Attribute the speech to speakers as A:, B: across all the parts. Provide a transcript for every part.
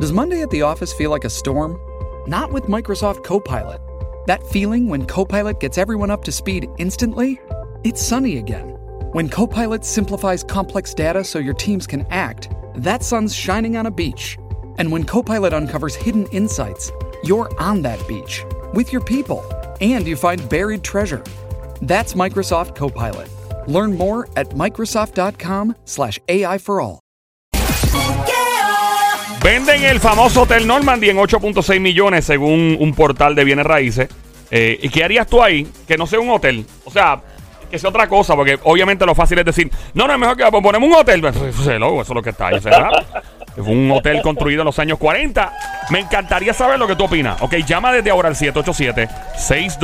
A: Does Monday at the office feel like a storm? Not with Microsoft Copilot. That feeling when Copilot gets everyone up to speed instantly? It's sunny again. When Copilot simplifies complex data so your teams can act, that sun's shining on a beach. And when Copilot uncovers hidden insights, you're on that beach with your people and you find buried treasure. That's Microsoft Copilot. Learn more at Microsoft.com/slash AI for all.
B: Venden el famoso Hotel Normandy en 8.6 millones según un portal de bienes raíces. Eh, ¿Y qué harías tú ahí? Que no sea un hotel. O sea, que sea otra cosa, porque obviamente lo fácil es decir, no, no, es mejor que pues, ponemos un hotel. Pues, pues, hello, eso es lo que está ahí. o sea, es un hotel construido en los años 40. Me encantaría saber lo que tú opinas. Ok, llama desde ahora al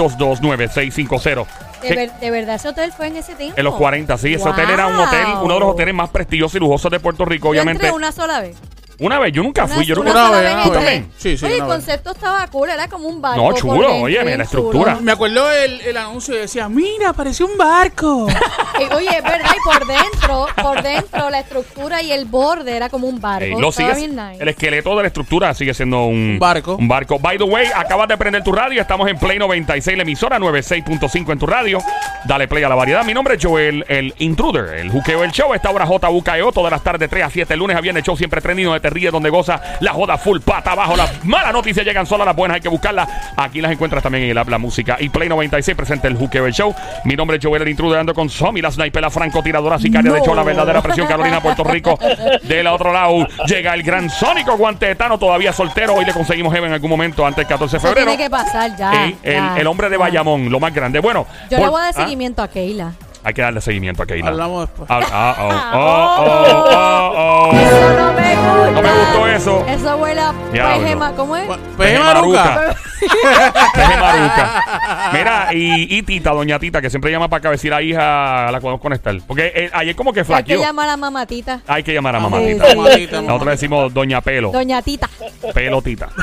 B: 787-622-9650.
C: De,
B: ¿Qué-
C: ver- de verdad, ese hotel fue en ese tiempo.
B: En los 40, sí. Ese hotel era un
C: Wow.
B: hotel, uno de los hoteles más prestigiosos y lujosos de Puerto Rico,
C: Yo
B: obviamente.
C: entré una sola vez.
B: Una vez, yo nunca
C: Una-
B: fui. Yo
C: una
B: nunca...
C: sola
D: vez,
C: vez
D: ah,
C: entré.
B: también.
D: Sí, sí,
C: Oye, el
D: una vez.
C: concepto estaba cool, era como un
B: No,
C: barco. por
B: chulo,
C: dentro,
B: oye,
C: bien
B: la
C: chulo.
B: estructura.
D: Me acuerdo el, el anuncio y decía, mira, parece un barco.
C: Y, oye, es verdad, y por dentro, por dentro, la estructura y el borde era como un barco.
B: Ey, lo
C: estaba
B: sigues-
C: bien nice.
B: el esqueleto de la estructura sigue siendo un,
D: Un barco.
B: Un barco. By the way, acabas de prender tu radio. Estamos en Play 96, la emisora 96.5 en tu radio. Dale play a la variedad. Mi nombre es Joel, el intruder, el juqueo del show. Esta hora JUKEO, E todas las tardes 3 a 7, el lunes a viernes, show siempre trendy, donde te ríes, donde goza la joda full pata abajo. Las malas noticias llegan solas, las buenas hay que buscarlas. Aquí las encuentras también en el app La Música. Y Play 96 presenta el juqueo del show. Mi nombre es Joel, el intruder, ando con Somi, la sniper, la francotiradora sicaria. De hecho, la verdadera presión Carolina, Puerto Rico. Del otro lado llega el gran Sónico Guantetano, todavía soltero. Hoy le conseguimos Eva en algún momento antes del 14 de
C: Eso
B: febrero.
C: tiene que pasar ya.
B: Ey, el,
C: ya,
B: el hombre de
C: ya.
B: Bayamón, lo más grande. Bueno,
C: Yo
B: por-
C: le voy a dar
B: ¿Ah?
C: seguimiento a Keila.
B: Hay que darle seguimiento a Keila.
D: Hablamos después.
B: Ah, ah, oh, oh, oh, oh.
C: Eso no me gusta.
B: No me gustó eso.
C: Eso huele a
B: Diablo.
C: pejema, ¿cómo es?
D: Bueno,
B: Peje
D: Peje
B: Maruca.
D: Maruca.
B: Peje Maruca. Mira, y, y Tita, doña Tita, que siempre llama para acá a ver si la hija la podemos conectar. Porque eh, ayer como que
C: Hay que
B: flaqueó.
C: llamar a mamatita.
B: Hay que llamar a mamá
C: Sí,
B: Tita.
C: sí.
D: Mamadita,
B: La otra
D: mamadita.
B: decimos doña Pelo.
C: Doña Tita.
B: Pelotita.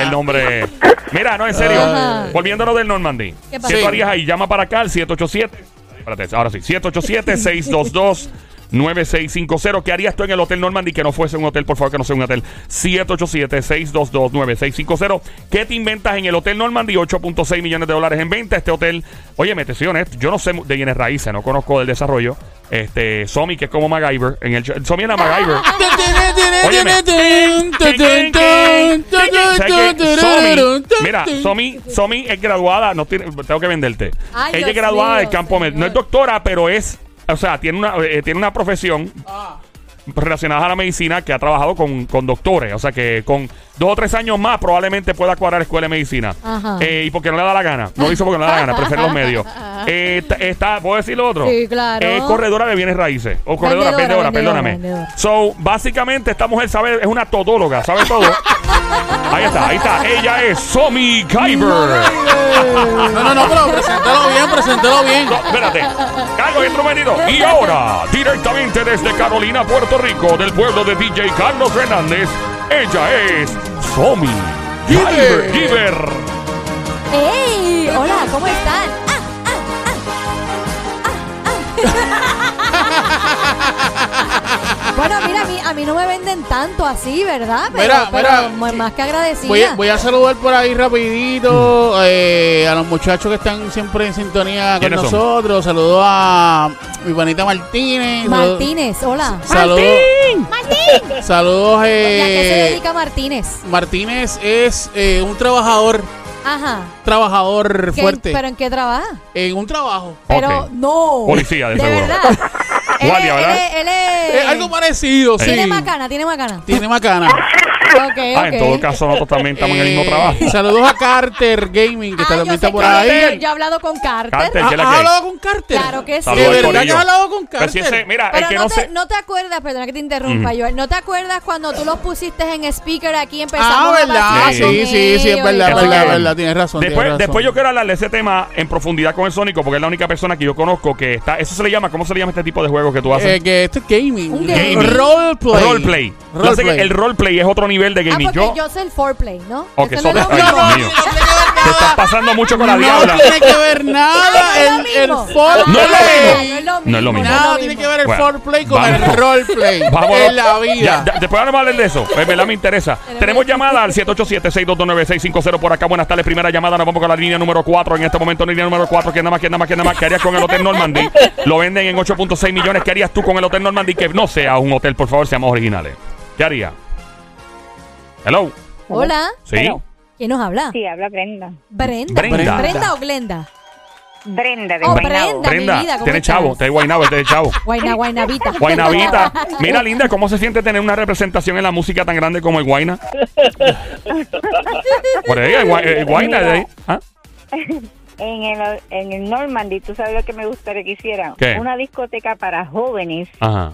B: El nombre. Mira, no, en serio.
C: Ajá.
B: Volviendo a lo del Normandy. ¿Qué
C: ¿Qué pasó?
B: tú
D: Sí.
B: harías ahí? Llama para acá al 787. Espérate, ahora sí. 787-622. 9650, ¿qué harías tú en el Hotel Normandy que no fuese un hotel? Por favor, que no sea un hotel. 787-622-9650. ¿Qué te inventas en el Hotel Normandy? 8.6 millones de dólares en venta. Este hotel, oye, me te soy honesto, yo no sé mu- de bienes raíces, no conozco del desarrollo. Este, Somi, que es como MacGyver. En el, Somi era MacGyver. Óyeme. Eh, ¿Sabes qué? Somi, Mira, Somi, Somi es graduada, no tiene- tengo que venderte.
C: Ay,
B: Ella es
C: Dios
B: graduada
C: mío,
B: del campo médico. No es
C: señor.
B: doctora, pero es, o sea, tiene una, eh, tiene una profesión
C: Ah.
B: relacionada a la medicina que ha trabajado con, con doctores. O sea que con dos o tres años más probablemente pueda cuadrar escuela de medicina.
C: Ajá.
B: Eh, y porque no le da la gana. No lo hizo porque no le da la gana, prefiere los medios. Eh, ta- está, ¿puedo decir lo otro?
C: Sí, claro.
B: Es corredora de bienes raíces. O corredora, vendedora,
C: Vendedora, vendedora,
B: perdóname.
C: vendedora.
B: So, básicamente esta mujer sabe, es una todóloga, sabe todo. ahí está, ahí está. Ella es Somi Kyber.
D: No, no, no, pero preséntalo bien, preséntalo bien.
B: No, espérate. Carlos Intromenido. Y ahora, directamente desde Carolina, Puerto Rico, del pueblo de DJ Carlos Fernández, ella es Somi Giver.
D: Giver.
B: Giver.
C: ¡Ey! Hola, ¿cómo están? Ah, ah, ah, ah, ah. bueno, mira, a mí, a mí no me venden tanto así, ¿verdad? Pero,
D: Mira,
C: pero
D: mira,
C: mu- más que agradecida.
D: Voy a, voy a saludar por ahí rapidito eh, a los muchachos que están siempre en sintonía con
B: Mm. ¿Quiénes son?
D: nosotros. Saludo a mi panita Martínez.
C: Martínez, hola.
D: Saludo, Martín. Saludos.
C: ¿Y a qué se
D: Eh,
C: dedica Martínez?
D: Martínez es eh, un trabajador,
C: Ajá.
D: trabajador
C: ¿Qué-
D: fuerte.
C: ¿Pero en qué trabaja?
D: en un trabajo.
C: Pero
B: Ok.
C: no.
B: Policía, de
C: De
B: seguro.
C: verdad. él,
B: Guardia,
C: es-
B: ¿verdad?
C: él es- él es-
D: Es Eh, algo parecido, sí.
C: Tiene macana, tiene macana.
D: Tiene macana.
C: Ok,
B: Ah, en
C: ok.
B: todo caso, nosotros también estamos en el mismo
D: Eh,
B: trabajo.
D: Saludos a Carter Gaming, que
C: Ah,
D: está-
C: yo
D: también
C: sé
D: está por
C: que-
D: ahí.
C: Yo, yo he hablado con Carter.
B: Carter,
D: Ah,
B: ¿qué es la
D: ¿Has
B: que hay?
D: hablado con Carter?
C: Claro que sí.
D: ¿De
B: al
D: verdad que
B: corillo.
D: has hablado con
B: Pero si
D: Carter?
B: Pues ese- mira,
C: Pero
B: el que
C: no,
B: no
C: te,
B: se...
C: no te acuerdas, perdona que te interrumpa, Joel, ¿no te acuerdas cuando tú los pusiste en speaker aquí empezamos
D: Ah,
C: a
D: verdad.
C: vacilar
D: Sí,
C: con
D: sí, sí, es
C: ellos y
D: verdad,
B: Así
C: todo?
D: verdad,
B: que-
D: verdad. Tienes razón. tienes
B: Después,
D: razón.
B: después yo quiero hablar de ese tema en profundidad con el Sónico, porque es la única persona que yo conozco que está. Eso se le llama, ¿cómo se le llama este tipo de juegos que tú haces?
D: Eh, que esto es gaming.
C: Un gaming.
D: Roleplay.
B: Roleplay. Yo sé que
D: Roleplay.
B: el roleplay es otro nivel de
C: Ah,
B: gaming.
C: porque
B: yo
C: yo, sé el foreplay, ¿no?
B: Ok,
C: Eso no
B: so-
C: es lo
B: ay,
C: mismo.
B: Dios mío. te estás pasando mucho con la
D: No
B: diabla.
D: tiene que ver nada
C: Eso
D: el,
C: no es
D: el
C: lo mismo.
D: foreplay.
B: No es lo mismo. No
C: No
B: es lo mismo.
D: Nada tiene que ver el
B: Bueno,
D: foreplay con
B: vamos.
D: el roleplay
B: Vamos.
D: en la vida.
B: Ya, ya, después vamos a hablar de eso. En verdad me interesa. Tenemos llamada al 787-622-9650 por acá. Buenas tardes. Primera llamada. Nos vamos con la línea número 4. En este momento, línea número 4. ¿Quién nada más? ¿Quién nada más? ¿Quién nada más? ¿Qué harías con el Hotel Normandy? Lo venden en 8.6 millones. ¿Qué harías tú con el Hotel Normandy? Que no sea un hotel, por favor, seamos originales. ¿Qué harías? Hello.
C: Hola,
B: ¿Sí?
E: Hello.
C: ¿quién nos habla?
E: Sí, habla Brenda.
C: Brenda.
B: Brenda.
C: o Glenda?
E: Brenda de
C: Oh,
E: Guaynabo.
C: Brenda. mi vida,
B: Brenda,
C: ¿cómo
B: tiene
C: estás?
B: chavo. Tiene guainabo, tiene chavo.
C: Guayna, guaynavita.
B: Guainavita. Mira, Linda, ¿cómo se siente tener una representación en la música tan grande como el Guaina? Por ahí, el, Gua- el Guayna de ahí. ¿Ah?
E: En el, en el Normandy, ¿tú sabes lo que me gustaría que hicieran?
B: ¿Qué?
E: Una discoteca para jóvenes
B: Ah, Ajá.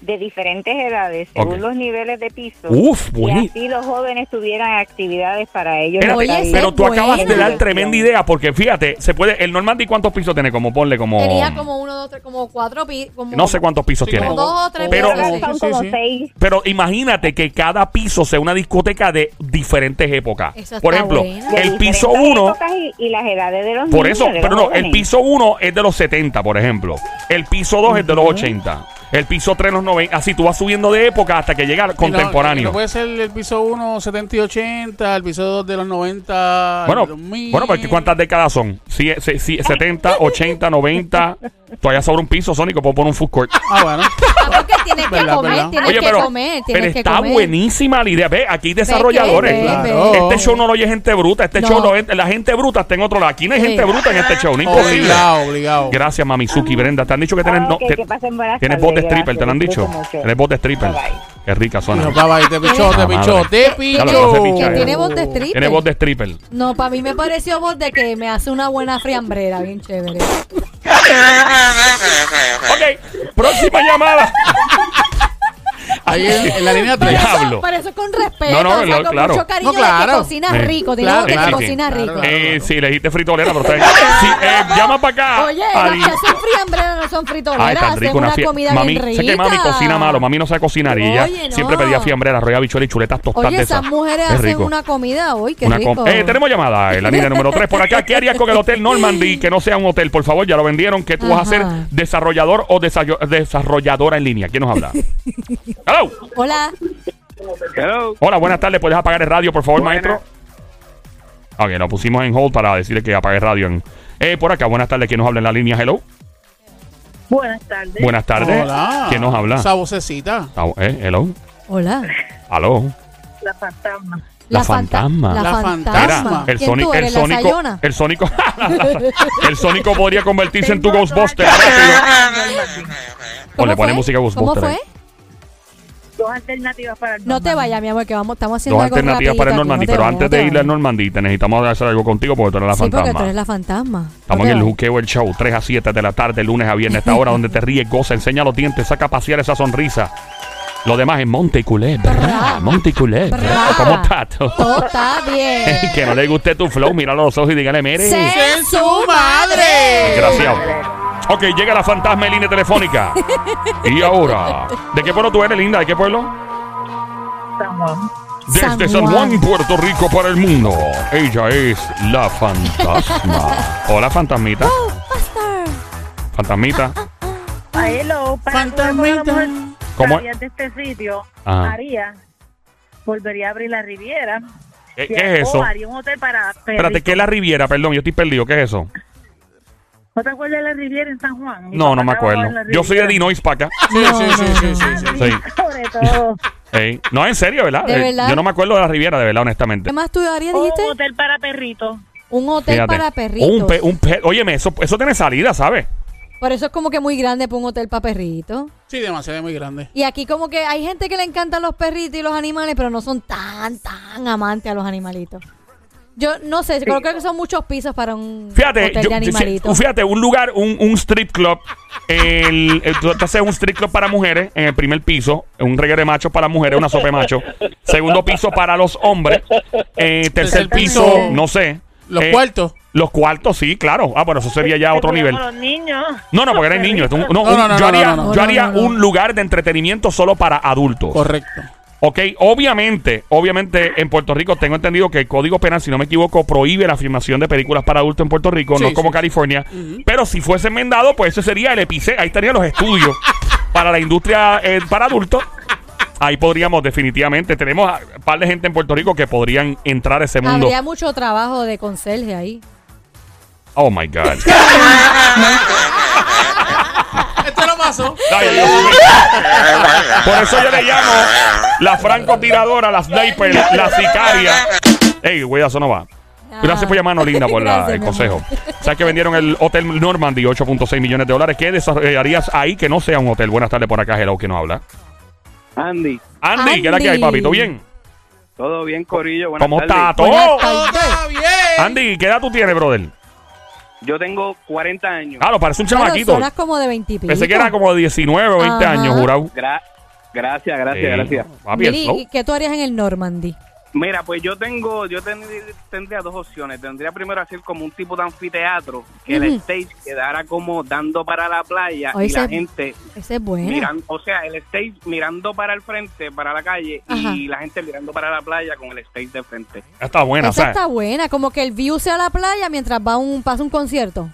E: de diferentes edades, según
B: Ok.
E: los niveles de piso.
B: Uf,
E: y
B: buenísimo.
E: así los jóvenes tuvieran actividades para ellos.
B: Espérate,
C: Oye, esa
B: pero
C: es
B: tú acabas de
C: buena.
B: dar tremenda idea porque fíjate, se puede el Normandy cuántos pisos tiene como ponle como
C: Tenía como uno, dos, tres, como cuatro pi- como-
B: Oh. no sé cuántos pisos
D: Sí,
B: tiene.
C: como dos o tres
B: Pero-
C: piezas, sí.
E: Son
D: Sí,
E: como
D: sí.
E: seis.
B: Pero imagínate que cada piso sea una discoteca de diferentes épocas.
C: Eso está
B: Por ejemplo,
C: bueno.
E: de
B: el piso
E: diferentes
B: 1
E: épocas Y, y las edades de los
B: Por
E: niños,
B: eso,
E: de los
B: pero no, el
E: jóvenes.
B: piso 1 es de los 70, por ejemplo. El piso 2 es de los 80. El piso 3 los 90. Así tú vas subiendo de época hasta que llega al
D: Y no-
B: contemporáneo.
D: No, puede ser el piso 1, 70 y 80, el piso 2 de los 90,
B: bueno,
D: el 2000.
B: bueno, pues, porque ¿cuántas décadas son? Sí, eh, sí, sí, 70, 80, 90. Todavía sobra un piso, Sónico, puedo poner un food court.
D: Ah, bueno.
C: Ah, porque tienes que
D: Verdad,
C: comer,
D: verdad.
C: tienes que comer, tienes
B: pero
C: que
B: está
C: comer.
B: buenísima la idea. Ve, aquí hay desarrolladores.
C: Ve, ve,
D: Claro.
C: ve.
B: Este show no lo oye gente bruta. Este
C: No.
B: show lo oye- la gente bruta está en otro lado. Aquí no hay
C: Sí.
B: gente bruta en este show. No imposible.
D: Obligado, obligado.
B: Gracias, Mamizuki, Brenda. Te han dicho que tienes,
E: Ah,
B: no,
E: ok,
B: te-
E: que pasen buenas
B: tienes
E: tardes,
B: voz de stripper, te lo han
E: gracias,
B: dicho.
E: disfruto mucho.
B: Tienes voz de stripper.
E: Bye, bye.
B: Qué rica suena.
D: Dijo, papá, y te pichó,
B: Ah,
D: te pichó,
B: madre.
D: te
B: Ya lo que hace
D: pichó.
B: pichar,
C: Que tiene
B: eh.
C: voz de stripper.
B: Tiene voz de stripper.
C: No, para mí me pareció voz de que me hace una buena friambrera, bien chévere.
B: Ok, próxima llamada.
D: Ahí en, en la línea 3.
B: Ya. Diablo.
C: Pero eso es con respeto,
B: No, no,
C: o sea,
B: no,
C: con
B: claro.
C: mucho cariño
D: No, claro.
C: de que cocinas
B: Sí.
C: rico, de
D: Claro,
C: que
B: claro.
C: cocinas
D: Claro,
C: rico.
D: claro.
B: Eh, sí, le dijiste fritolera, pero está bien. Sí, eh, llama para acá.
C: Oye,
B: Ari.
C: las que hacen friambreras no
B: ah,
C: son
B: Ay,
C: fritoleras,
B: tan
C: hacen
B: rico
C: una,
B: una fie-
C: comida
B: Mami,
C: bien rica.
B: sé que mami cocina malo, mami no sabe cocinar y ella
C: Oye, no.
B: siempre pedía fiambreras, arroz y habichuela y chuletas tostadas
C: Oye,
B: de
C: esas mujeres
B: Es
C: hacen
B: rico.
C: una comida hoy, qué
B: Una
C: rico.
B: com- Eh, tenemos llamada en la línea número 3 por acá. ¿Qué harías con el Hotel Normandy que no sea un hotel? Por favor, ya lo vendieron. ¿Qué tú vas a ser
C: Ajá.
B: desarrollador o desayo- desarrolladora en línea? ¿Quién nos habla? Hello.
C: Hola,
F: Hello.
B: Hola, buenas tardes. ¿Puedes apagar el radio, por favor,
F: Buenas.
B: maestro? Ok, nos pusimos en hold para decirle que apague el radio. en- Eh, por acá, buenas tardes. ¿Quién nos habla en la línea? Hello.
F: Buenas tardes.
B: Buenas tardes.
D: Hola.
B: ¿Quién nos habla?
D: Esa vocecita.
B: Ah, eh, hello.
C: hola.
B: Aló.
F: La fantasma.
B: La
C: fanta-
B: fantasma.
C: La
D: La
C: fantasma.
D: fantasma.
B: el,
C: ¿Quién
B: Sonic-
C: tú
B: el
C: eres, la
B: sónico,
C: Sayona?
B: el sónico, el sónico podría convertirse en tu
F: Tengo dos
B: Ghostbuster. rápido.
F: alternativas.
B: O le
C: ¿Cómo
B: pone
C: fue?
B: música a
C: ¿Cómo
B: Ghostbusters.
C: fue?
F: Dos alternativas para el
C: No te
F: Normandy.
C: vayas, mi amor, que vamos, estamos haciendo
B: Dos
C: algo
B: alternativas para el
C: rapidito
B: Normandy,
C: aquí, no te
B: pero
C: vayas,
B: antes
C: no te
B: de ir al
C: vayas.
B: Normandy, te necesitamos hacer algo contigo porque tú eres la
C: Sí, porque tú
B: fantasma.
C: eres la fantasma.
B: Estamos
C: No
B: en
C: te
B: el
C: vayas.
B: Juqueo, el show, 3 a 7 de la tarde, lunes a viernes, esta hora donde te ríes, goza, enseña los dientes, saca a pasear esa sonrisa. Lo demás es Monte y Culé,
C: Brava.
B: brrra, Monte y Culé,
C: Brava.
B: brrra. ¿Cómo estás tú?
C: Todo está bien.
B: que no le guste tu flow, míralo a los ojos y dígale, mire.
C: ¡Sé
D: ¡En su madre!
B: Desgraciado. Ok, llega la fantasma en línea telefónica. y ahora, ¿de qué pueblo tú eres, linda? ¿De qué pueblo?
F: San Juan.
B: Desde
C: San
B: San
C: Juan.
B: Juan, Puerto Rico, para el mundo. Ella es la fantasma. Hola, fantasmita.
F: Oh. Ah,
B: Fantasmita.
F: A hello. Para
D: Fantasmita.
F: una mujer
B: ¿Cómo Ah.
F: salida de este sitio,
B: Ajá.
F: haría, volvería a abrir la Riviera.
B: Eh, ¿Qué, qué es
F: O
B: eso?
F: haría un hotel para
B: Espérate,
F: perritos.
B: ¿qué es la Riviera? Perdón, yo estoy perdido. ¿Qué es eso?
F: ¿No te acuerdas de la Riviera en San Juan? Mi
B: No,
F: papá
B: no me
F: trabajaba
B: acuerdo.
F: en la
B: Yo soy de
F: Riviera.
B: Dinois para acá.
D: Sí,
C: No,
D: sí,
C: no,
D: sí,
C: no.
D: sí, sí, sí.
B: Dino. Sí.
F: Sobre todo.
B: Ey, No, en serio, ¿verdad?
C: ¿De
B: Eh,
C: verdad?
B: Yo no me acuerdo de la Riviera, de verdad, honestamente.
C: ¿Qué más tú harías, dijiste?
F: un hotel para perritos.
C: Un hotel
B: Fíjate.
C: para
B: O
C: perritos.
B: Un pe- un pe- Óyeme, eso, eso tiene salida, ¿sabes?
C: Por eso es como que muy grande para un hotel para perrito.
D: Sí, demasiado muy grande.
C: Y aquí como que hay gente que le encantan los perritos y los animales, pero no son tan, tan amantes a los animalitos. Yo no sé, creo que son muchos pisos para un
B: Fíjate,
C: hotel
B: yo-
C: de animalitos.
B: sí, fíjate, un lugar, un, un strip club. El, el- tú haces un strip club para mujeres en el primer piso, un reggae de machos para mujeres, una sopa de machos. Segundo piso para los hombres. Eh, tercer
D: Tercer
B: piso,
D: piso,
B: no sé.
D: los
B: Eh,
D: cuartos.
B: Los cuartos, sí, claro. Ah, bueno, eso sería ya otro nivel.
F: Los niños.
B: No, no, porque eres niño. esto es un- no,
D: No,
B: un-
D: no, no,
B: yo
D: no,
B: haría,
D: no, no,
B: yo
C: no,
B: haría
C: no, no.
B: un lugar de entretenimiento solo para adultos.
D: Correcto.
B: Ok, obviamente, obviamente en Puerto Rico tengo entendido que el Código Penal, si no me equivoco, prohíbe la filmación de películas para adultos en Puerto Rico,
D: Sí,
B: no como
D: sí.
B: California. Pero si fuese enmendado, pues ese sería el epicentro. Ahí estarían los estudios para la industria eh, para adultos. Ahí podríamos definitivamente, tenemos a- un par de gente en Puerto Rico que podrían entrar a ese mundo.
C: Habría mucho trabajo de conserje ahí.
B: Oh, my God.
D: Esto lo pasó.
B: Ay, Dios mío. Por eso yo le llamo la francotiradora, la sniper, la sicaria. Ey, güey, eso no va. Gracias por llamarnos, linda, por la-
C: Ah. Gracias,
B: el
C: mi
B: consejo.
C: amor.
B: ¿Sabes que vendieron el Hotel Normandy 8.6 millones de dólares? ¿Qué desarrollarías ahí que no sea un hotel? Buenas tardes por acá, Hello, que no habla.
G: Andy,
B: Andy, ¿qué es la que hay,
C: Andy.
B: papito? ¿Bien?
G: todo bien, Corillo. Buenas
B: ¿Cómo
G: tardes.
B: está
C: Buenas
B: todo?
C: tardes.
D: Está bien.
B: Andy, ¿qué edad tú tienes, brother?
G: Yo tengo 40 años.
B: Claro, parece un
C: Bueno,
B: chamaquito.
C: sonas como de 20 y pico.
B: Pensé que era como 19 o 20
C: Ajá.
B: años, jurado.
G: Gra- gracias, gracias,
B: Sí.
G: gracias.
B: Papi, el
C: Miri,
B: flow.
C: ¿y ¿qué tú harías en el Normandy?
G: Mira, pues yo tengo, yo ten- tendría dos opciones. Tendría primero hacer como un tipo de anfiteatro, que el
C: Ujú.
G: stage quedara como dando para la playa
C: Ay,
G: y la
C: se-
G: gente
C: Ese es bueno.
G: mirando, o sea, el stage mirando para el frente, para la calle,
C: Ajá.
G: y la gente mirando para la playa con el stage de frente.
B: Está buena,
C: Esa
B: ¿sabes?
C: está buena, como que el view sea la playa mientras va un, pasa un concierto.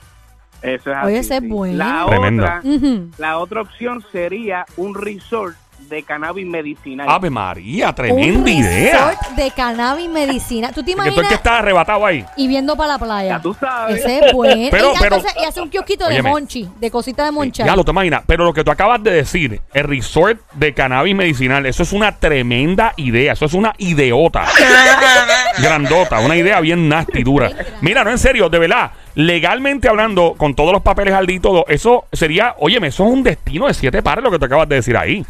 G: Eso es así.
C: Oye, ese es
G: sí.
C: bueno.
G: La
B: Tremendo.
G: otra,
C: Ujú.
G: la otra opción sería un resort de cannabis medicinal.
B: Ave María,
C: un
B: tremenda idea.
C: resort de cannabis medicina. ¿Tú te
B: Que tú el
C: imaginas?
B: que está arrebatado ahí.
C: Y viendo para la playa.
G: Ya tú sabes.
C: Ese es bueno.
B: Pero-
C: y,
B: pero-
C: entonces, y hace un kiosquito
B: Óyeme.
C: de monchi, de cosita de monchar.
B: Ya lo te imaginas. Pero lo que tú acabas de decir, el resort de cannabis medicinal, eso es una tremenda idea. Eso es una ideota. Grandota, una idea bien nasty, dura. Mira, no en serio, de verdad. Legalmente hablando, con todos los papeles al día y todo, eso sería, óyeme, eso es un destino de siete pares lo que tú acabas de decir ahí.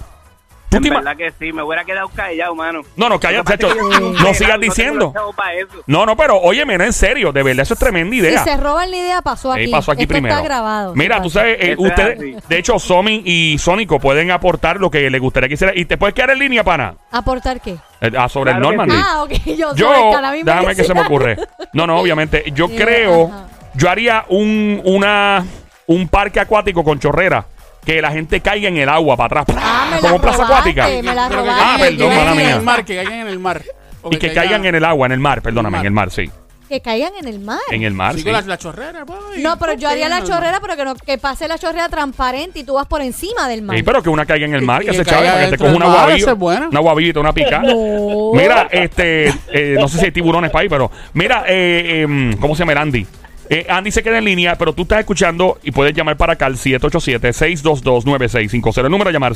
B: Tú
G: En
B: te ima-
G: verdad que sí, me hubiera quedado callado, mano.
B: No, no, cállate,
G: Lo que pasa es que
B: chacho.
G: yo soy un
B: No sigas
G: general, tengo
B: diciendo.
G: los chavos pa' eso.
B: No, no, pero óyeme, no en serio, de verdad, eso es tremenda
C: si
B: idea.
C: se roban la idea, pasó aquí.
B: Ahí pasó aquí
C: Esto
B: primero.
C: está grabado.
B: Mira,
C: Pasa.
B: tú sabes, eh,
G: Eso es así.
B: ustedes, de hecho, Somi y Sónico pueden aportar lo que les gustaría que hiciera. Y te puedes quedar en línea, pana,
C: ¿Aportar qué?
B: eh, ah, sobre
G: Claro
B: el
G: que
B: Normandy.
G: sí.
C: Ah, ok. Yo,
B: Yo,
C: soy el cannabis
B: déjame que se me
C: medicinal.
B: ocurre. No, no, obviamente. Yo
C: Eh,
B: creo,
C: ajá.
B: yo haría un, una, un parque acuático con chorrera. Que la gente caiga en el agua para atrás.
C: Ah, me la
B: como plaza
C: robaste,
B: acuática.
C: me la
D: Pero que
C: robaste.
B: Ah,
D: caigan-
B: perdón,
D: que
B: mala
D: caigan en el
B: mía.
D: mar, que caigan en el mar. O
B: Y que caigan en el agua, en el mar, perdóname, en
D: mar.
B: el mar, sí.
C: Que caigan en el mar.
B: En el mar,
D: Sí,
B: sí.
D: con la, la chorrera, pues. boy.
C: No, pero yo haría la
D: Caigan en el mar.
C: chorrera, pero que, no, que pase la chorrera transparente y tú vas por encima del mar.
B: Sí, pero que una caiga en el mar,
D: Y
B: que
D: que
B: se chave,
D: caiga
B: para que te
D: dentro
B: coja
D: del
B: una
D: mar,
B: guavita.
D: esa es buena.
B: Una guavita, una pica.
C: No.
B: Mira, este, eh, no sé si hay tiburones para ahí, pero mira, eh, em, ¿cómo se llama el Andy? Eh, Andy se queda en línea, pero tú estás escuchando y puedes llamar para acá al 787-622-9650. El número a llamar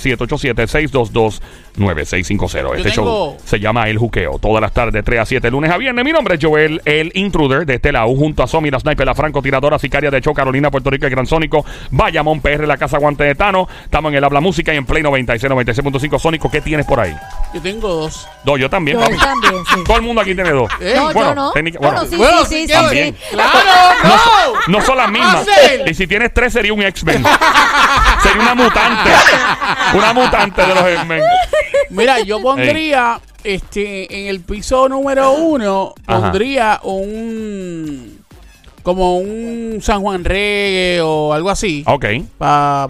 B: 787-622-9650. Este show
D: tengo-
B: se llama El Juqueo. Todas las tardes, 3 a 7, lunes a viernes. Mi nombre es Joel, el intruder de este lado, junto a Somi, la sniper, la francotiradora, sicaria de Cho, Carolina, Puerto Rico, el Gran Sónico, Bayamón, PR, la Casa Guante de Tano. Estamos en el Habla Música y en Play 96, 96.5. Sónico, ¿qué tienes por ahí?
D: Yo tengo dos.
B: No, yo también,
C: Yo
B: papi.
C: también, sí.
B: Todo el mundo aquí tiene dos.
D: Eh,
C: No,
B: bueno,
C: yo no.
B: técnica-
C: bueno,
B: bueno,
C: sí,
D: bueno,
C: sí, sí,
D: sí,
C: sí,
B: también.
C: sí.
D: ¡Claro! ¡No!
B: No son las mismas.
D: Marcel.
B: Y si tienes tres, sería un X-Men. sería una mutante. Una mutante de los X-Men.
D: Mira, yo pondría este en el piso número uno,
B: Ajá.
D: pondría un como un San Juan Reggae o algo así.
B: Ok.
D: Para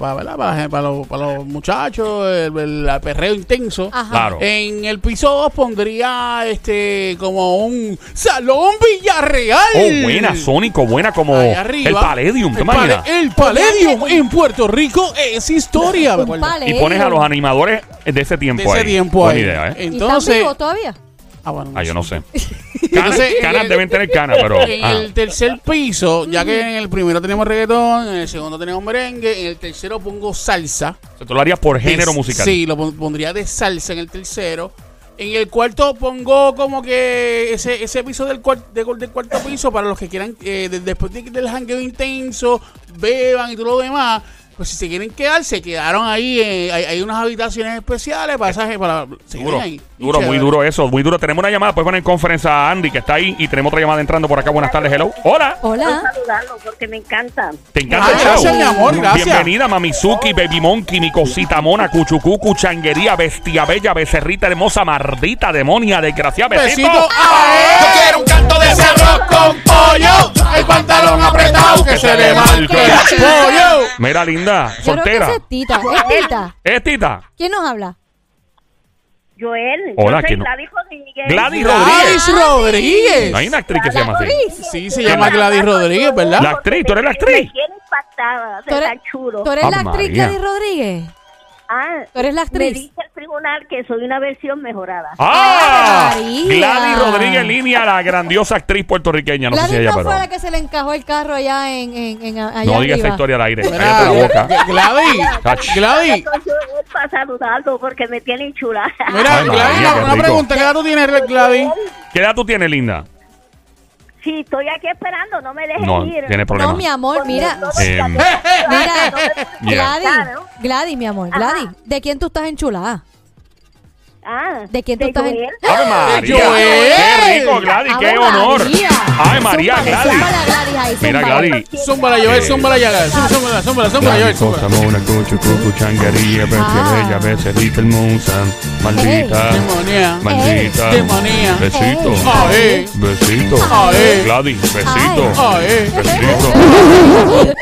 D: los, pa los muchachos, el, el- el perreo intenso.
C: Ajá.
B: Claro.
D: En el piso 2 pondría este como un Salón Villarreal.
B: Oh, buena, Sónico, buena como
D: Ahí arriba.
B: el Palladium. ¿Te
D: El, pale-
B: imaginas?
D: el Palladium en Puerto Rico es historia. me
C: Un
D: acuerdo.
C: palé.
B: Y pones a los animadores de ese
D: De
B: tiempo
D: ese
B: ahí.
D: tiempo
B: Pues, Buena
D: ahí.
B: idea, ¿eh?
C: ¿Y están
D: Entonces,
C: vivos todavía?
D: ah, bueno,
B: Ah, yo no sé. Canas,
D: Entonces, en
B: canas
D: el-
B: deben tener canas, pero.
D: En
B: ah.
D: el tercer piso, ya que en el primero tenemos reggaetón, en el segundo tenemos merengue, en el tercero pongo salsa.
B: O sea, tú lo harías por
D: De-
B: género musical.
D: Sí, lo pon- pondría de salsa en el tercero. En el cuarto pongo como que ese, ese piso del, cuar- de- del cuarto piso para los que quieran, eh, de- después de- del jangueo intenso, beban y todo lo demás. Pues si se quieren quedar, se quedaron ahí. eh, hay, hay unas habitaciones especiales para esa gente. Para, se quedan
B: Duro,
D: ahí.
B: duro, muy duro eso, muy duro. Tenemos una llamada, puedes poner en conferencia a Andy que está ahí y tenemos otra llamada entrando por acá. Buenas tardes, hello. Hola,
C: Hola.
F: saludarlo porque me encanta.
B: te encanta el
D: Ah,
B: show.
D: gracias, mi amor, gracias.
B: Bienvenida, Mamizuki, Baby Monkey, mi cosita mona, cuchucucu, changuería, bestia bella, becerrita hermosa, mardita, demonia, desgraciada, besito.
D: Besito a él.
G: quiero un canto de ese rock con pollo. El pantalón apretado
B: que se le marque el
D: pollo.
B: Mira, linda,
C: Yo creo que
B: soltera.
C: esa es Tita. ¿Es Tita?
B: ¿Es Tita?
C: ¿Quién nos habla?
F: Joel.
B: Hola,
F: yo soy
B: ¿quién no?
F: Gladys Rodríguez.
B: Gladys Rodríguez.
D: Gladys Rodríguez.
B: No hay una actriz que se llama así.
D: Sí, se llama Gladys Rodríguez, ¿verdad?
B: La actriz, tú eres la actriz.
F: Me tiene impactada,
C: ¿Tú eres,
F: está chulo.
C: tú eres la
B: Ave
C: actriz
B: María.
C: Gladys Rodríguez?
F: Ah,
C: ¿Tú eres la
F: me
C: actriz?
F: dice el tribunal que soy una versión mejorada.
B: ¡Ah!
C: Ave María.
B: Gladys Rodríguez Línea, la grandiosa actriz puertorriqueña. No sé si
C: Gladys
B: ella,
C: no
B: pero.
C: fue la que se le encajó el carro allá en... en, en allá
B: No digas
C: arriba.
B: esa historia al aire.
D: Mira,
B: Cállate la boca.
D: Gladys.
B: Ach.
D: Gladys.
F: Soy Joel para saludarlo porque me tiene chula.
D: Mira,
B: Ay,
D: Gladys,
B: María,
D: una,
B: qué
D: una
B: rico.
D: pregunta. ¿Qué edad tú tienes, Gladys?
B: ¿Qué edad tú tienes, linda?
F: Sí, estoy aquí esperando, no me dejes
B: No,
F: ir.
B: tienes problema.
C: No, mi amor, mira.
B: Eh,
C: Mira,
B: Yeah.
C: Gladys, Gladys, mi amor, Gladys, ¿de quién tú estás enchulada?
F: Ah,
C: ¿De quién tú estás en-
F: Joel.
B: ¡Ave María!
D: Joel.
B: ¡Qué rico, Gladys! ¡Qué
C: Ave
B: honor!
C: Ah,
B: ¡Ay,
C: María.
B: María,
C: Zúmbale,
B: Gladys!
C: zúmbale a Gladys ahí,
B: Mira,
C: zúmbale.
B: Gladys.
D: Zúmbala, Joel, zúmbala, ya. Zúmbala, zúmbala, zúmbala, zúmbala, Joel. zúmbala.
C: Ah. maldita,
D: Demonía.
C: maldita.
D: Demonía.
C: Besito.
D: Ay,
B: Besito.
D: Ay.
B: Gladys, besito.
D: ay. eh.
B: Besito.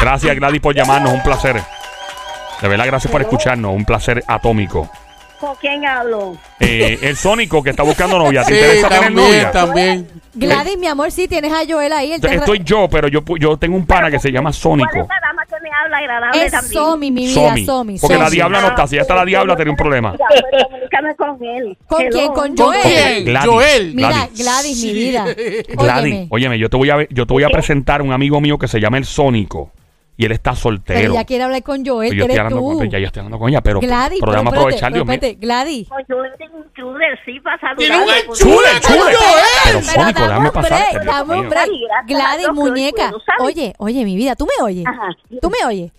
B: Gracias, Gladys, por llamarnos. Un placer. De verdad, gracias por escucharnos. Un placer atómico.
F: ¿Con quién hablo?
B: Eh, el Sónico que está buscando novia. ¿Te
D: Sí,
B: interesa tener novia?
D: también, también.
F: Eh,
C: Gladys, mi amor, sí, tienes a Joel ahí. él te-
B: Estoy yo, pero yo, pu- yo tengo un pana que se llama
F: ¿Cuál
B: Sónico.
F: es la dama que me habla agradable
C: Es
F: también?
C: Somi, mi vida,
B: Somi.
C: Somi.
B: Porque la
C: Somi.
B: diabla no está. Si ya está la diabla, tenía un problema.
F: Ya, pues, comunícame con él.
C: ¿Con
F: Hello.
C: quién? ¿Con
D: ¿Con
C: Joel?
D: quién?
B: Gladys.
D: Joel.
C: Mira,
B: Gladys.
C: Gladys, mi vida.
B: Gladys, óyeme.
C: Óyeme,
B: yo te voy a ver- yo te voy a presentar a un amigo mío que se llama el Sónico y él está
C: Pero
B: soltero.
C: ella quiere hablar con Joel,
B: Pues yo
C: que
B: estoy
C: eres
B: hablando
C: tú.
B: con ella, yo estoy hablando con ella, pero
C: Gladys, pero
B: programa
C: espérate,
B: aprovechar, Dios
C: pero
B: mío.
C: espérate, Gladys.
F: Con Joel de intruder, sí, para saludarlo.
D: Tiene un
F: porque-
D: enchule,
B: ¡Chule! Pero
C: eh. Pero
B: Sónico,
C: dame
B: déjame
C: un
B: pasar.
C: break,
B: Dios
C: dame un
B: mío.
C: break.
F: Ay, gracias a
C: Gladys,
F: Dios que hoy
C: muñeca.
F: puedo, ¿sabes?
C: Oye, oye, mi vida, ¿tú me oyes?
F: Ajá.
C: ¿Tú me oyes?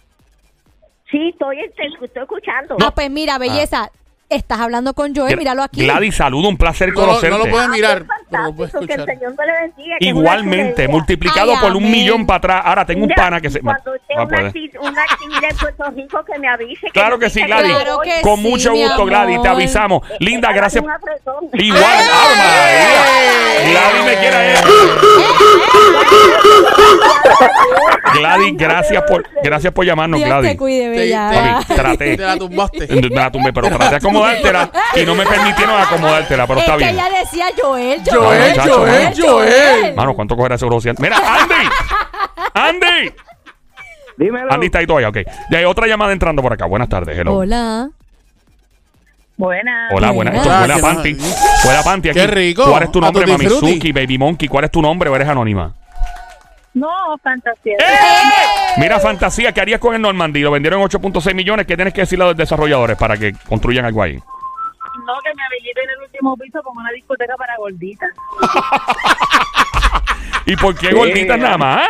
F: Sí, estoy, te estoy escuchando.
C: Ah, pues mira, belleza, estás hablando con Joel, míralo aquí.
B: Gladys, saludo, un placer
D: No, lo-
B: conocerte.
D: no lo puedes mirar, pero lo puedes
F: Fantástico, que el
D: escuchar.
F: Señor me le bendiga. que es una
B: Igualmente,
F: chulería.
B: multiplicado
C: Ay,
B: por un
C: amén.
B: millón para atrás. Ahora tengo un
F: Mira,
B: pana que se.
F: Cuando esté
B: no, no
F: una,
B: puede.
F: acti- una actividad en Puerto Rico que me avise.
B: Claro
F: me
B: que sí,
F: diga
B: Gladys.
C: Claro que
B: Con
C: sí,
B: mucho
C: mi
B: gusto,
C: amor.
B: Gladys. Te avisamos. Linda,
F: Dame
B: gracias.
F: un apretón.
B: Igual, ¡Ave María! Gladys me quiere a él. Gladys, gracias por, gracias por llamarnos,
C: Dios
B: Gladys.
C: te cuide, bella.
B: Papi, traté.
D: Te la tumbaste.
B: Me la tumbé, pero traté de acomodártela y no me permitieron acomodártela, pero
C: es
B: está
C: que
B: bien.
C: ella decía Joel,
D: Joel,
B: Chacho,
D: Joel,
B: chacho,
D: Joel.
B: Mano, ¿cuánto cogerá ese social? Mira, Andy. Andy.
G: Dímelo.
B: Andy está ahí todavía, ok. Ya hay otra llamada entrando por acá. Buenas tardes, hello.
C: Hola.
F: Buenas.
B: Hola, buenas. Esto
D: Ah,
B: fuera
D: qué
B: panty.
D: maravilla.
B: Fuera panty aquí.
D: Qué rico.
B: ¿Cuál es tu
D: A
B: nombre,
D: Tutti Frutti.
B: Mamizuki, Baby Monkey? ¿Cuál es tu nombre o eres anónima?
F: No, fantasía.
B: ¡Eh! Mira, fantasía, ¿qué harías con el Normandy? Lo vendieron en 8.6 millones. ¿Qué tienes que decirle a los desarrolladores para que construyan algo ahí?
F: No, que me habiliten el último piso como una discoteca para gorditas.
B: ¿Y por qué
G: Sí.
B: gorditas nada más?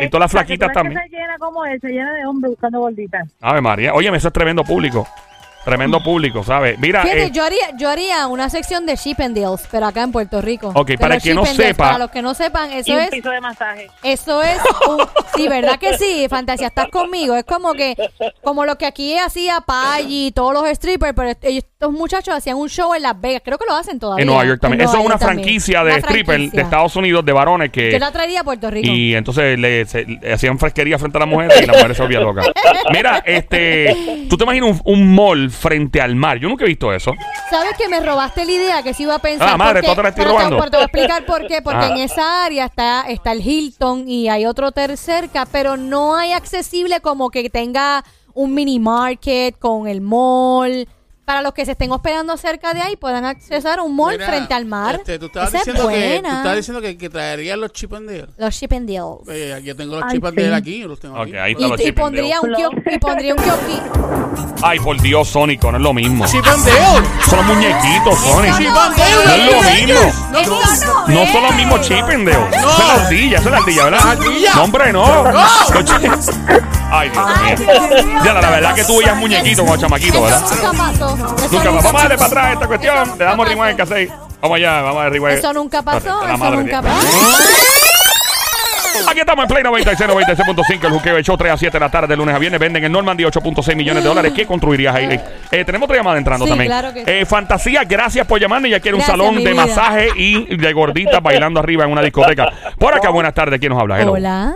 B: Y todas las
F: Para que
B: flaquitas
F: tú veas que
B: también.
F: Se llena como él, se llena de hombres buscando gorditas.
B: Ave María. Óyeme, eso es tremendo público.
F: Mm.
B: Tremendo público, ¿sabes? Mira,
C: Fíjate,
B: eh,
C: yo, haría, yo haría una sección de Ship and Deals, pero acá en Puerto Rico.
B: Ok,
C: Pero
B: para el que
C: Ship
B: no
C: and Deals,
B: sepa-
C: Para los que no sepan,
F: y
C: eso
F: un
C: es.
F: piso de masaje.
C: Eso es. un- sí, ¿verdad que sí? Fantasía, estás conmigo. Es como que. Como lo que aquí hacía Paggi y todos los strippers, pero est- ellos- estos muchachos hacían un show en Las Vegas. Creo que lo hacen todavía.
B: en Nueva York también.
C: En
B: Eso es
C: Nueva
B: una
C: York también.
B: franquicia de
C: Una
B: stripper de
C: franquicia.
B: Estados Unidos, de varones que...
C: Yo la traería a Puerto Rico.
B: Y entonces le, se- le hacían fresquería frente a las mujeres y las mujeres se volvían locas. Mira, este, tú te imaginas un, un mall frente al mar. Yo nunca he visto eso.
C: ¿Sabes que me robaste la idea que se iba a pensar?
B: Ah, madre,
C: porque-
B: tú te la estoy
C: pero te-
B: robando.
C: pero Te, voy a explicar por qué. Porque
B: Ah.
C: en esa área está, está el Hilton y hay otro hotel cerca, pero no hay accesible como que tenga un mini market con el mall. Para los que se estén hospedando cerca de ahí, puedan accesar un mall
D: Mira,
C: frente al mar.
D: este, tú estabas
C: Esa es
D: diciendo, que, tú
C: buena.
D: estabas diciendo que, que traerías los chip and deal.
C: Los ship and deals.
D: Eh, yo tengo los
F: Ay,
D: chip and deal
F: sí.
D: aquí. yo Los tengo
B: Ok,
D: aquí.
B: ahí está.
C: Y,
B: los
C: y
B: ship and
C: pondría un
F: deals.
C: kios- y pondría un kiosquito.
B: Ay, por Dios, Sónico, no es lo mismo.
D: Chip and deal.
B: Son los muñequitos, Sónico.
D: Chip and deal.
B: No es lo
D: baby.
B: mismo.
D: No,
C: Eso
D: no.
B: No son los mismos chipendeo.
D: No.
B: Son las ardillas, son las ardillas, ¿verdad?
D: Las ardillas.
B: No, hombre, no.
D: No.
B: Los chi- Ay, Dios mío.
C: Ay, Dios mío.
B: Ya, la, la verdad que tú veías muñequito con chamaquito,
C: Eso
B: ¿verdad?
C: nunca pasó. Eso
B: Nunca,
C: nunca
B: vamos a darle para
C: pasó.
B: atrás esta cuestión. Le damos rimón en casey. Vamos allá, vamos a rimón.
C: Eso nunca pasó,
B: Correcto, Eh, la
C: eso
B: madre
C: nunca
B: de- Aquí estamos en Play 96, 96.5, el Juqueo de Show 3 a 7 de la tarde, de lunes a viernes. Venden en Normandy 8.6 millones de dólares. ¿Qué construirías ahí? Eh, tenemos otra llamada entrando
C: Mm. Sí,
B: también.
C: claro que sí.
B: Eh, Fantasía, gracias por llamarme. Ya quiere un
C: Gracias,
B: salón
C: mi
B: de
C: vida.
B: masaje y de gorditas bailando arriba en una discoteca. Por acá, buenas tardes. ¿Quién nos habla? Hello.
C: Hola.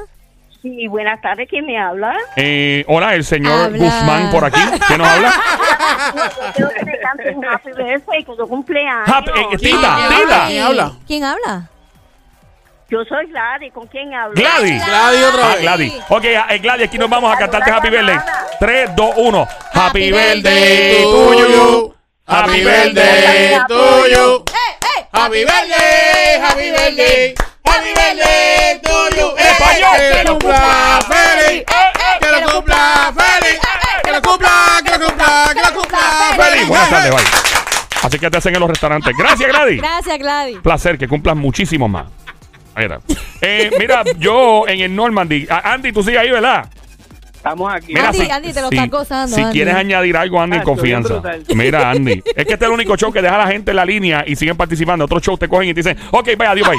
E: Sí, buenas tardes, ¿quién me habla?
B: Eh, hola, el señor
C: Habla.
B: Guzmán por aquí. ¿Quién nos habla?
E: Quiero que me canten Happy Birthday, que yo cumpleaños.
B: Happy- eh, Tita,
C: Ay,
B: Tita.
D: ¿Quién habla?
C: ¿Quién habla?
E: Yo soy Gladys, ¿con quién hablo?
B: Gladys.
D: Gladys otra
B: Ah,
D: vez.
B: Gladys. Ok, eh, Gladys, aquí nos vamos a cantarte Happy Birthday. 3, 2, 1. Happy
C: Happy
B: Birthday
C: birthday
B: to you.
D: Happy
B: birthday
D: birthday to you.
C: eh.
B: Ah,
D: Happy birthday, happy birthday. Happy birthday to you. Eh,
B: Español,
D: que
B: que lo
D: lo cumpla feliz. eh, Que lo cumpla feliz. Que lo cumpla, que lo cumpla, que lo cumpla
B: Gladys,
D: feliz.
B: buenas tardes, bye. Así que te hacen en los restaurantes. Gracias, Gladys. Pues
C: Gracias, Gladys.
B: Placer, que cumplas muchísimo más. Ahí era. Eh, mira, yo en el Normandy. Ah, Andy, tú sigues ahí, ¿verdad?
G: Estamos aquí.
B: Mira,
C: Andy, Andy, te lo estás gozando,
B: Si
C: Andy.
B: quieres añadir algo, Andy,
G: Ah,
B: en
G: estoy bien
B: confianza.
G: brutal.
B: Mira, Andy. Es que este es el único show que deja a la gente en la línea y siguen participando. Otros shows te cogen y te dicen, ok, vaya, adiós, bye.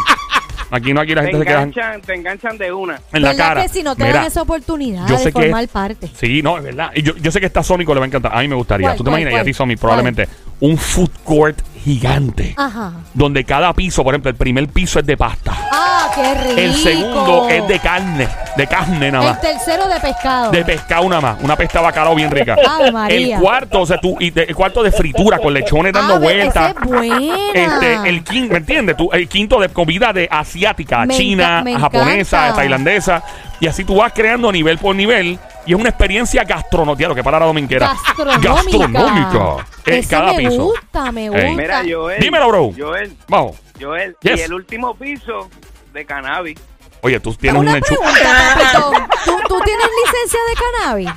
B: Aquí no, aquí la
G: te
B: gente se queda
G: enganchan, te enganchan de una.
B: en la
C: ¿Verdad
B: cara.
C: que si no te
B: Mira,
C: dan esa oportunidad
B: yo
C: de
B: sé que-
C: formar parte?
B: Sí, no, es verdad. Y yo, yo sé que está Sónico le va a encantar. A mí me gustaría.
C: ¿Cuál,
B: ¿Tú te
C: cuál,
B: imaginas? Y a
C: cuál?
B: ti, Sonic, probablemente un food court gigante.
C: Ajá.
B: Donde cada piso, por ejemplo, el primer piso es de pasta.
C: Ah, qué rico.
B: El segundo es de carne. De carne nada
C: El
B: más.
C: tercero de pescado.
B: De pescado nada más. Una pesta de bacalao bien rica.
C: Ave María.
B: El cuarto, o sea, tú, y de- el cuarto de fritura con lechones dando
C: Ah, ve, esa
B: vueltas.
C: es buena.
B: Este, el quinto, ¿me entiendes? Tú, el quinto de comida de asiática,
C: Me
B: china,
C: enca- me
B: japonesa,
C: encanta.
B: tailandesa. Y así tú vas creando nivel por nivel. Y es una experiencia gastronómica, lo que para la dominguera.
C: Gastronómica.
B: Gastronómica. En
C: Esa
B: cada
C: me
B: piso.
C: gusta, me
B: Ey.
C: gusta.
G: Mira, Joel.
B: Dímelo, bro.
G: Joel,
B: Vamos.
G: Joel.
B: Yes.
G: Y el último piso de cannabis.
B: Oye, tú tienes
C: una
B: un enchu-
C: pregunta, papito. ¿Tú, tú tienes licencia de cannabis?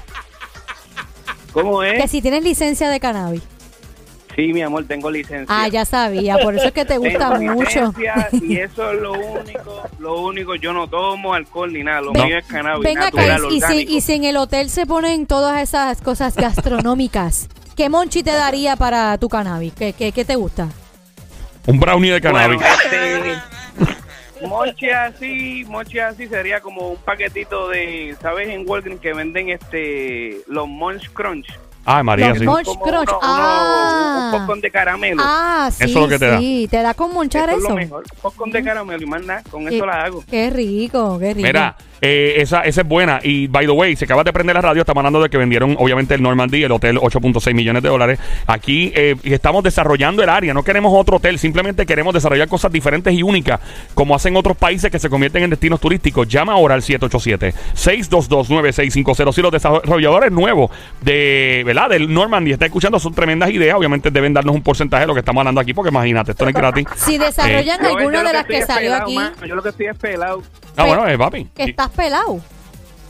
G: ¿Cómo
C: Que
G: es?
C: si tienes licencia de cannabis.
G: Sí, mi amor, tengo licencia.
C: Ah, ya sabía. Por eso es que te gusta
G: Tengo
C: mucho.
G: licencia Y eso es lo único, lo único, yo no tomo alcohol ni nada, lo
C: Ven-
G: mío es cannabis
C: Ven acá,
G: natural,
C: y si,
G: orgánico.
C: y si en el hotel se ponen todas esas cosas gastronómicas, ¿qué monchi te daría para tu cannabis? ¿Qué, qué, qué te gusta?
B: un brownie de cannabis.
G: Bueno, este, moche así, moche así sería como un paquetito de, ¿sabes? En Walgreens que venden este los Munch Crunch.
B: Ay, María,
C: Los
B: sí.
C: Munch
G: Como
C: Crunch.
G: uno- uno-
C: ah.
G: un popcorn de caramelo.
C: Ah, sí,
B: Eso es lo que te da.
C: sí. ¿Te da con monchar
G: eso es
C: eso?
G: lo mejor. Popcorn de caramelo y más nada, con eso
C: Eh,
G: la hago.
C: Qué rico, qué rico.
B: Mira, eh, esa, esa es buena. Y by the way, se acaba de prender la radio. Estamos hablando de que vendieron, obviamente, el Normandy, el hotel, 8.6 millones de dólares. Aquí eh, y estamos desarrollando el área. No queremos otro hotel. Simplemente queremos desarrollar cosas diferentes y únicas, como hacen otros países que se convierten en destinos turísticos. Llama ahora al 787-622-9650. Si los desarrolladores nuevos de, ¿verdad? del Normandy está escuchando, son tremendas ideas. Obviamente, deben darnos un porcentaje de lo que estamos hablando aquí, porque imagínate, esto no es gratis.
C: Si desarrollan
B: Eh,
G: Yo- yo
C: alguna
G: lo
C: de las
G: estoy
C: que
G: es
C: salió
G: pelado,
C: aquí,
G: mano, yo lo que estoy es pelado.
B: Ah, bueno, eh, papi.
C: que estás pelado.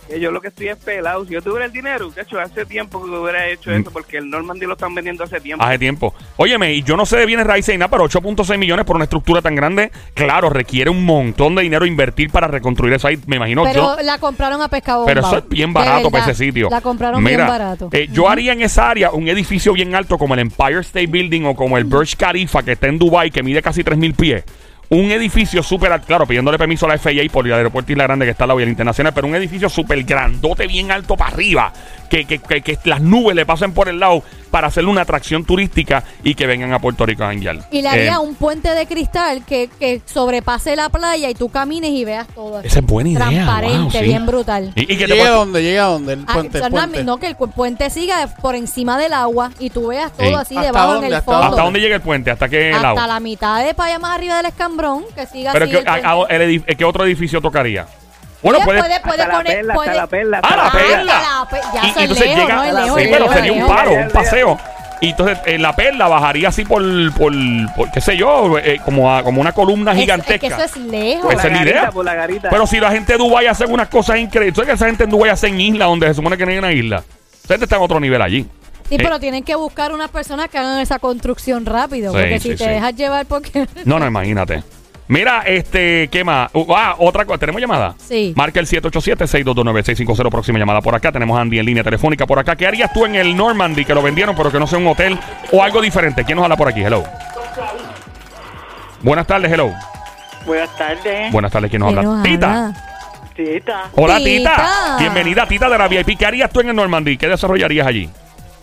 G: que Yo lo que estoy es pelado. Si yo tuviera el dinero, que hecho hace tiempo que hubiera
B: Mm.
G: hecho eso, porque el Normandy lo están vendiendo hace tiempo.
B: Hace tiempo. Óyeme, y yo no sé de bienes raíces y nada, pero 8.6 millones por una estructura tan grande, claro, requiere un montón de dinero invertir para reconstruir eso ahí, me imagino yo.
C: pero la compraron a pescado.
B: Pero
C: bombao.
B: eso es bien
C: De
B: barato para
C: verdad,
B: ese sitio.
C: La compraron
B: Mira,
C: bien barato.
B: eh, yo haría en esa área un edificio bien alto como el Empire State Building o como el Burj Khalifa que está en Dubai que mide casi 3.000 pies. Un edificio súper alto, claro, pidiéndole permiso a la FAA por el aeropuerto Isla Grande que está al lado del internacional, pero un edificio súper grandote, bien alto para arriba, que, que- que- que las nubes le pasen por el lado para hacerle una atracción turística y que vengan a Puerto Rico a janguear. Eh,
C: y le haría un puente de cristal que, que sobrepase la playa y tú camines y veas todo. así.
B: Esa es buena idea.
C: Transparente,
B: wow, sí.
C: bien brutal.
B: Y, y que te
D: Llega
B: puedas-
D: donde, llega donde, el
C: Ah,
D: puente,
C: o sea,
D: el
C: no,
D: puente.
C: no, que el cu- puente siga por encima del agua y tú veas todo
B: Ey.
C: así
D: ¿Hasta
C: debajo en
D: dónde?
C: el
D: ¿Hasta
C: fondo.
B: ¿Hasta dónde llega el puente? ¿Hasta qué
C: Hasta
B: lado?
C: la mitad de para allá más arriba del escambrón, que siga
B: Pero
C: así.
B: que,
C: el puente.
B: a- a- el edif- ¿qué otro edificio tocaría? Bueno,
C: Oye,
B: puede,
C: puede, puede
G: hasta
C: poner.
G: la perla,
C: puede-
G: hasta la perla.
B: ¡Ah,
G: hasta
B: la
C: Ah,
B: perla!
C: la pe- ya,
B: y,
C: eso
B: y
C: es
B: entonces
C: lejos,
B: llega.
C: ¿no? Es
B: sí,
C: lejos,
B: bueno,
C: lejos,
B: sería un
C: lejos.
B: paro, un
G: lejos.
B: paseo. Y entonces eh, la perla bajaría así por, por, por, qué sé yo, eh, como, a- como una columna
C: Es-
B: gigantesca. Pues,
C: Es, que eso es lejos.
G: Por la
B: Esa es la
G: garita,
B: idea.
G: por la garita.
B: Pero si la gente de Dubái hace unas cosas increíbles, ¿sabes que esa gente en Dubái hace en isla donde se supone que no hay una isla? Esa gente está en otro nivel allí.
C: Sí,
B: Eh,
C: pero tienen que buscar unas personas que hagan esa construcción rápido.
B: Sí,
C: porque
B: sí,
C: si te
B: sí.
C: dejas llevar, porque.
B: No, no, imagínate. Mira, este, ¿qué más? Uh, ah, otra cosa. ¿Tenemos llamada?
C: Sí.
B: Marca el 787-622-9650. Próxima llamada por acá. Tenemos a Andy en línea telefónica por acá. ¿Qué harías tú en el Normandy que lo vendieron, pero que no sea un hotel o algo diferente? ¿Quién nos habla por aquí? Hello. Buenas tardes, hello.
H: Buenas tardes.
B: Buenas tardes, ¿quién nos habla? Tita.
H: Tita.
B: Hola,
H: Tita.
B: tita. Bienvenida, Tita de la VIP. ¿Qué harías tú en el Normandy? ¿Qué desarrollarías allí?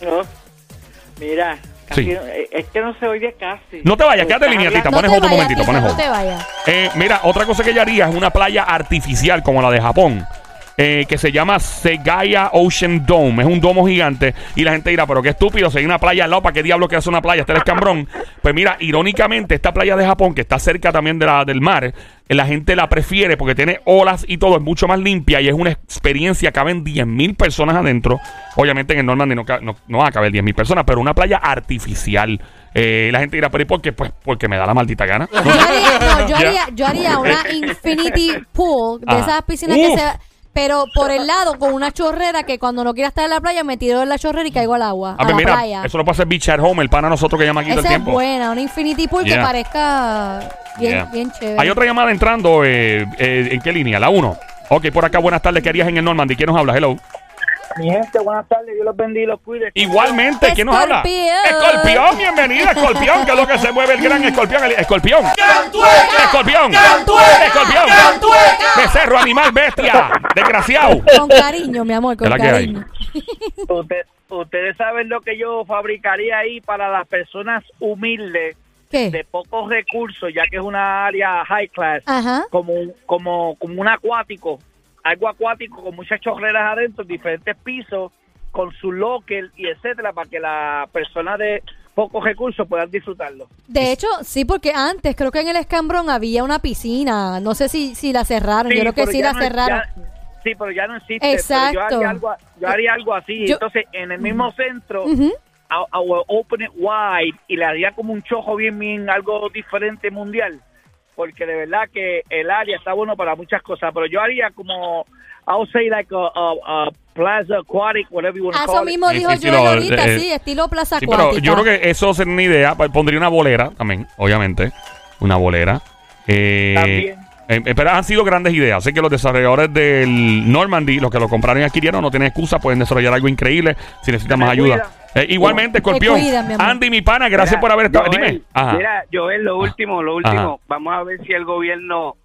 H: No. Mira, casi
B: Sí.
H: no- eh, es que no se oye casi.
B: No te vayas, quédate en
H: Estás
B: línea, Tita.
H: hablando-
B: Pones
C: te
B: hold un
C: vayas,
B: momentito,
C: Tita,
B: pones
C: no
B: hold.
C: te vayas.
B: Eh, mira, otra cosa que ella haría es una playa artificial como la de Japón. eh, que se llama Segaya Ocean Dome. Es un domo gigante. Y la gente dirá, pero qué estúpido, si hay una playa al lado, ¿para qué diablo que hace una playa? Este es cambrón. Pues mira, irónicamente, esta playa de Japón, que está cerca también de la, del mar, eh, la gente la prefiere porque tiene olas y todo, es mucho más limpia y es una experiencia. Caben 10.000 personas adentro. Obviamente en el Normandy no, ca- no, no va a caber 10.000 personas, pero una playa artificial. Eh, la gente dirá, pero ¿y por qué? Pues porque me da la maldita gana. No
C: Yo haría, no,
B: Ya.
C: yo haría, yo haría una infinity pool de
B: Ajá.
C: esas piscinas que
B: Uf.
C: se... Pero por el lado, con una chorrera que cuando no quiera estar en la playa, me tiro en la chorrera y caigo al agua,
B: A ver,
C: a, la
B: Ah, pues mira,
C: playa.
B: eso lo puede hacer Beach at Home, el pana nosotros que llama aquí todo el
C: Esa es
B: tiempo.
C: buena, una infinity pool
B: Yeah.
C: que parezca bien,
B: Yeah.
C: bien chévere.
B: Hay otra llamada entrando, eh, eh, ¿en qué línea? La 1. Ok, por acá, buenas tardes. ¿Qué harías en el Normandy? ¿Quién nos habla? Hello.
D: Mi gente, buenas tardes. Dios los bendiga y los cuide.
B: Igualmente, ¿quién nos habla?
D: Escorpión.
B: Escorpión, bienvenido, Escorpión, que es lo que se mueve el gran Escorpión. el- Escorpión. Escorpión. Escorpión. Becerro, animal, bestia. Desgraciado.
C: Con cariño, mi amor, con
B: ¿Verdad que hay?
C: cariño.
D: Usted- ustedes saben lo que yo fabricaría ahí para las personas humildes de pocos recursos, ya que es una área high class,
C: Ajá.
D: como un- como como un acuático, algo acuático con muchas chorreras adentro, diferentes pisos, con su locker y etcétera, para que las personas de pocos recursos puedan disfrutarlo.
C: De hecho, sí, porque antes creo que en el escambrón había una piscina. No sé si, si la cerraron. Pues Yo creo que
D: pero
C: sí
D: ya
C: la
D: no-
C: cerraron.
D: ya- sí, pero ya no existe. pero
C: Exacto.
D: yo, haría algo, yo haría algo así.
C: Yo-
D: Entonces, en el mismo centro,
C: Ujú.
D: I, I will open it wide y le haría como un chojo bien, bien, algo diferente mundial. Porque de verdad que el área está bueno para muchas cosas. Pero yo haría como, I'll say like a, a- a plaza aquatic, whatever you want
C: Ah,
D: to
C: Eso
D: call it.
C: mismo
B: Sí,
C: dijo
B: sí, sí,
C: Joel
B: lo-
C: ahorita,
B: eh,
C: sí, estilo plaza
B: Sí, pero
C: acuática.
B: yo creo que eso sería una idea. Pa- Pondría una bolera también, obviamente. Una bolera. Eh, eh, eh, pero han sido grandes ideas. Así que los desarrolladores del Normandy, los que lo compraron y adquirieron, no tienen excusa. Pueden desarrollar algo increíble si necesitan más ayuda. Eh, igualmente,
C: Me
B: Escorpión.
C: cuida, mi amor.
B: Andy, mi pana, gracias
I: Mira,
B: por haber estado.
I: Joel,
B: Dime. Ajá.
I: Mira, Joel, lo último, lo último.
B: Ajá.
I: Vamos a ver si el gobierno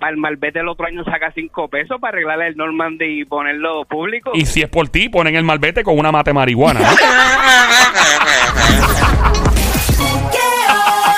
I: para el malvete el otro año saca cinco pesos para arreglar el Normandy y ponerlo público.
B: Y si es por ti, ponen el malvete con una mate marihuana. ¿no?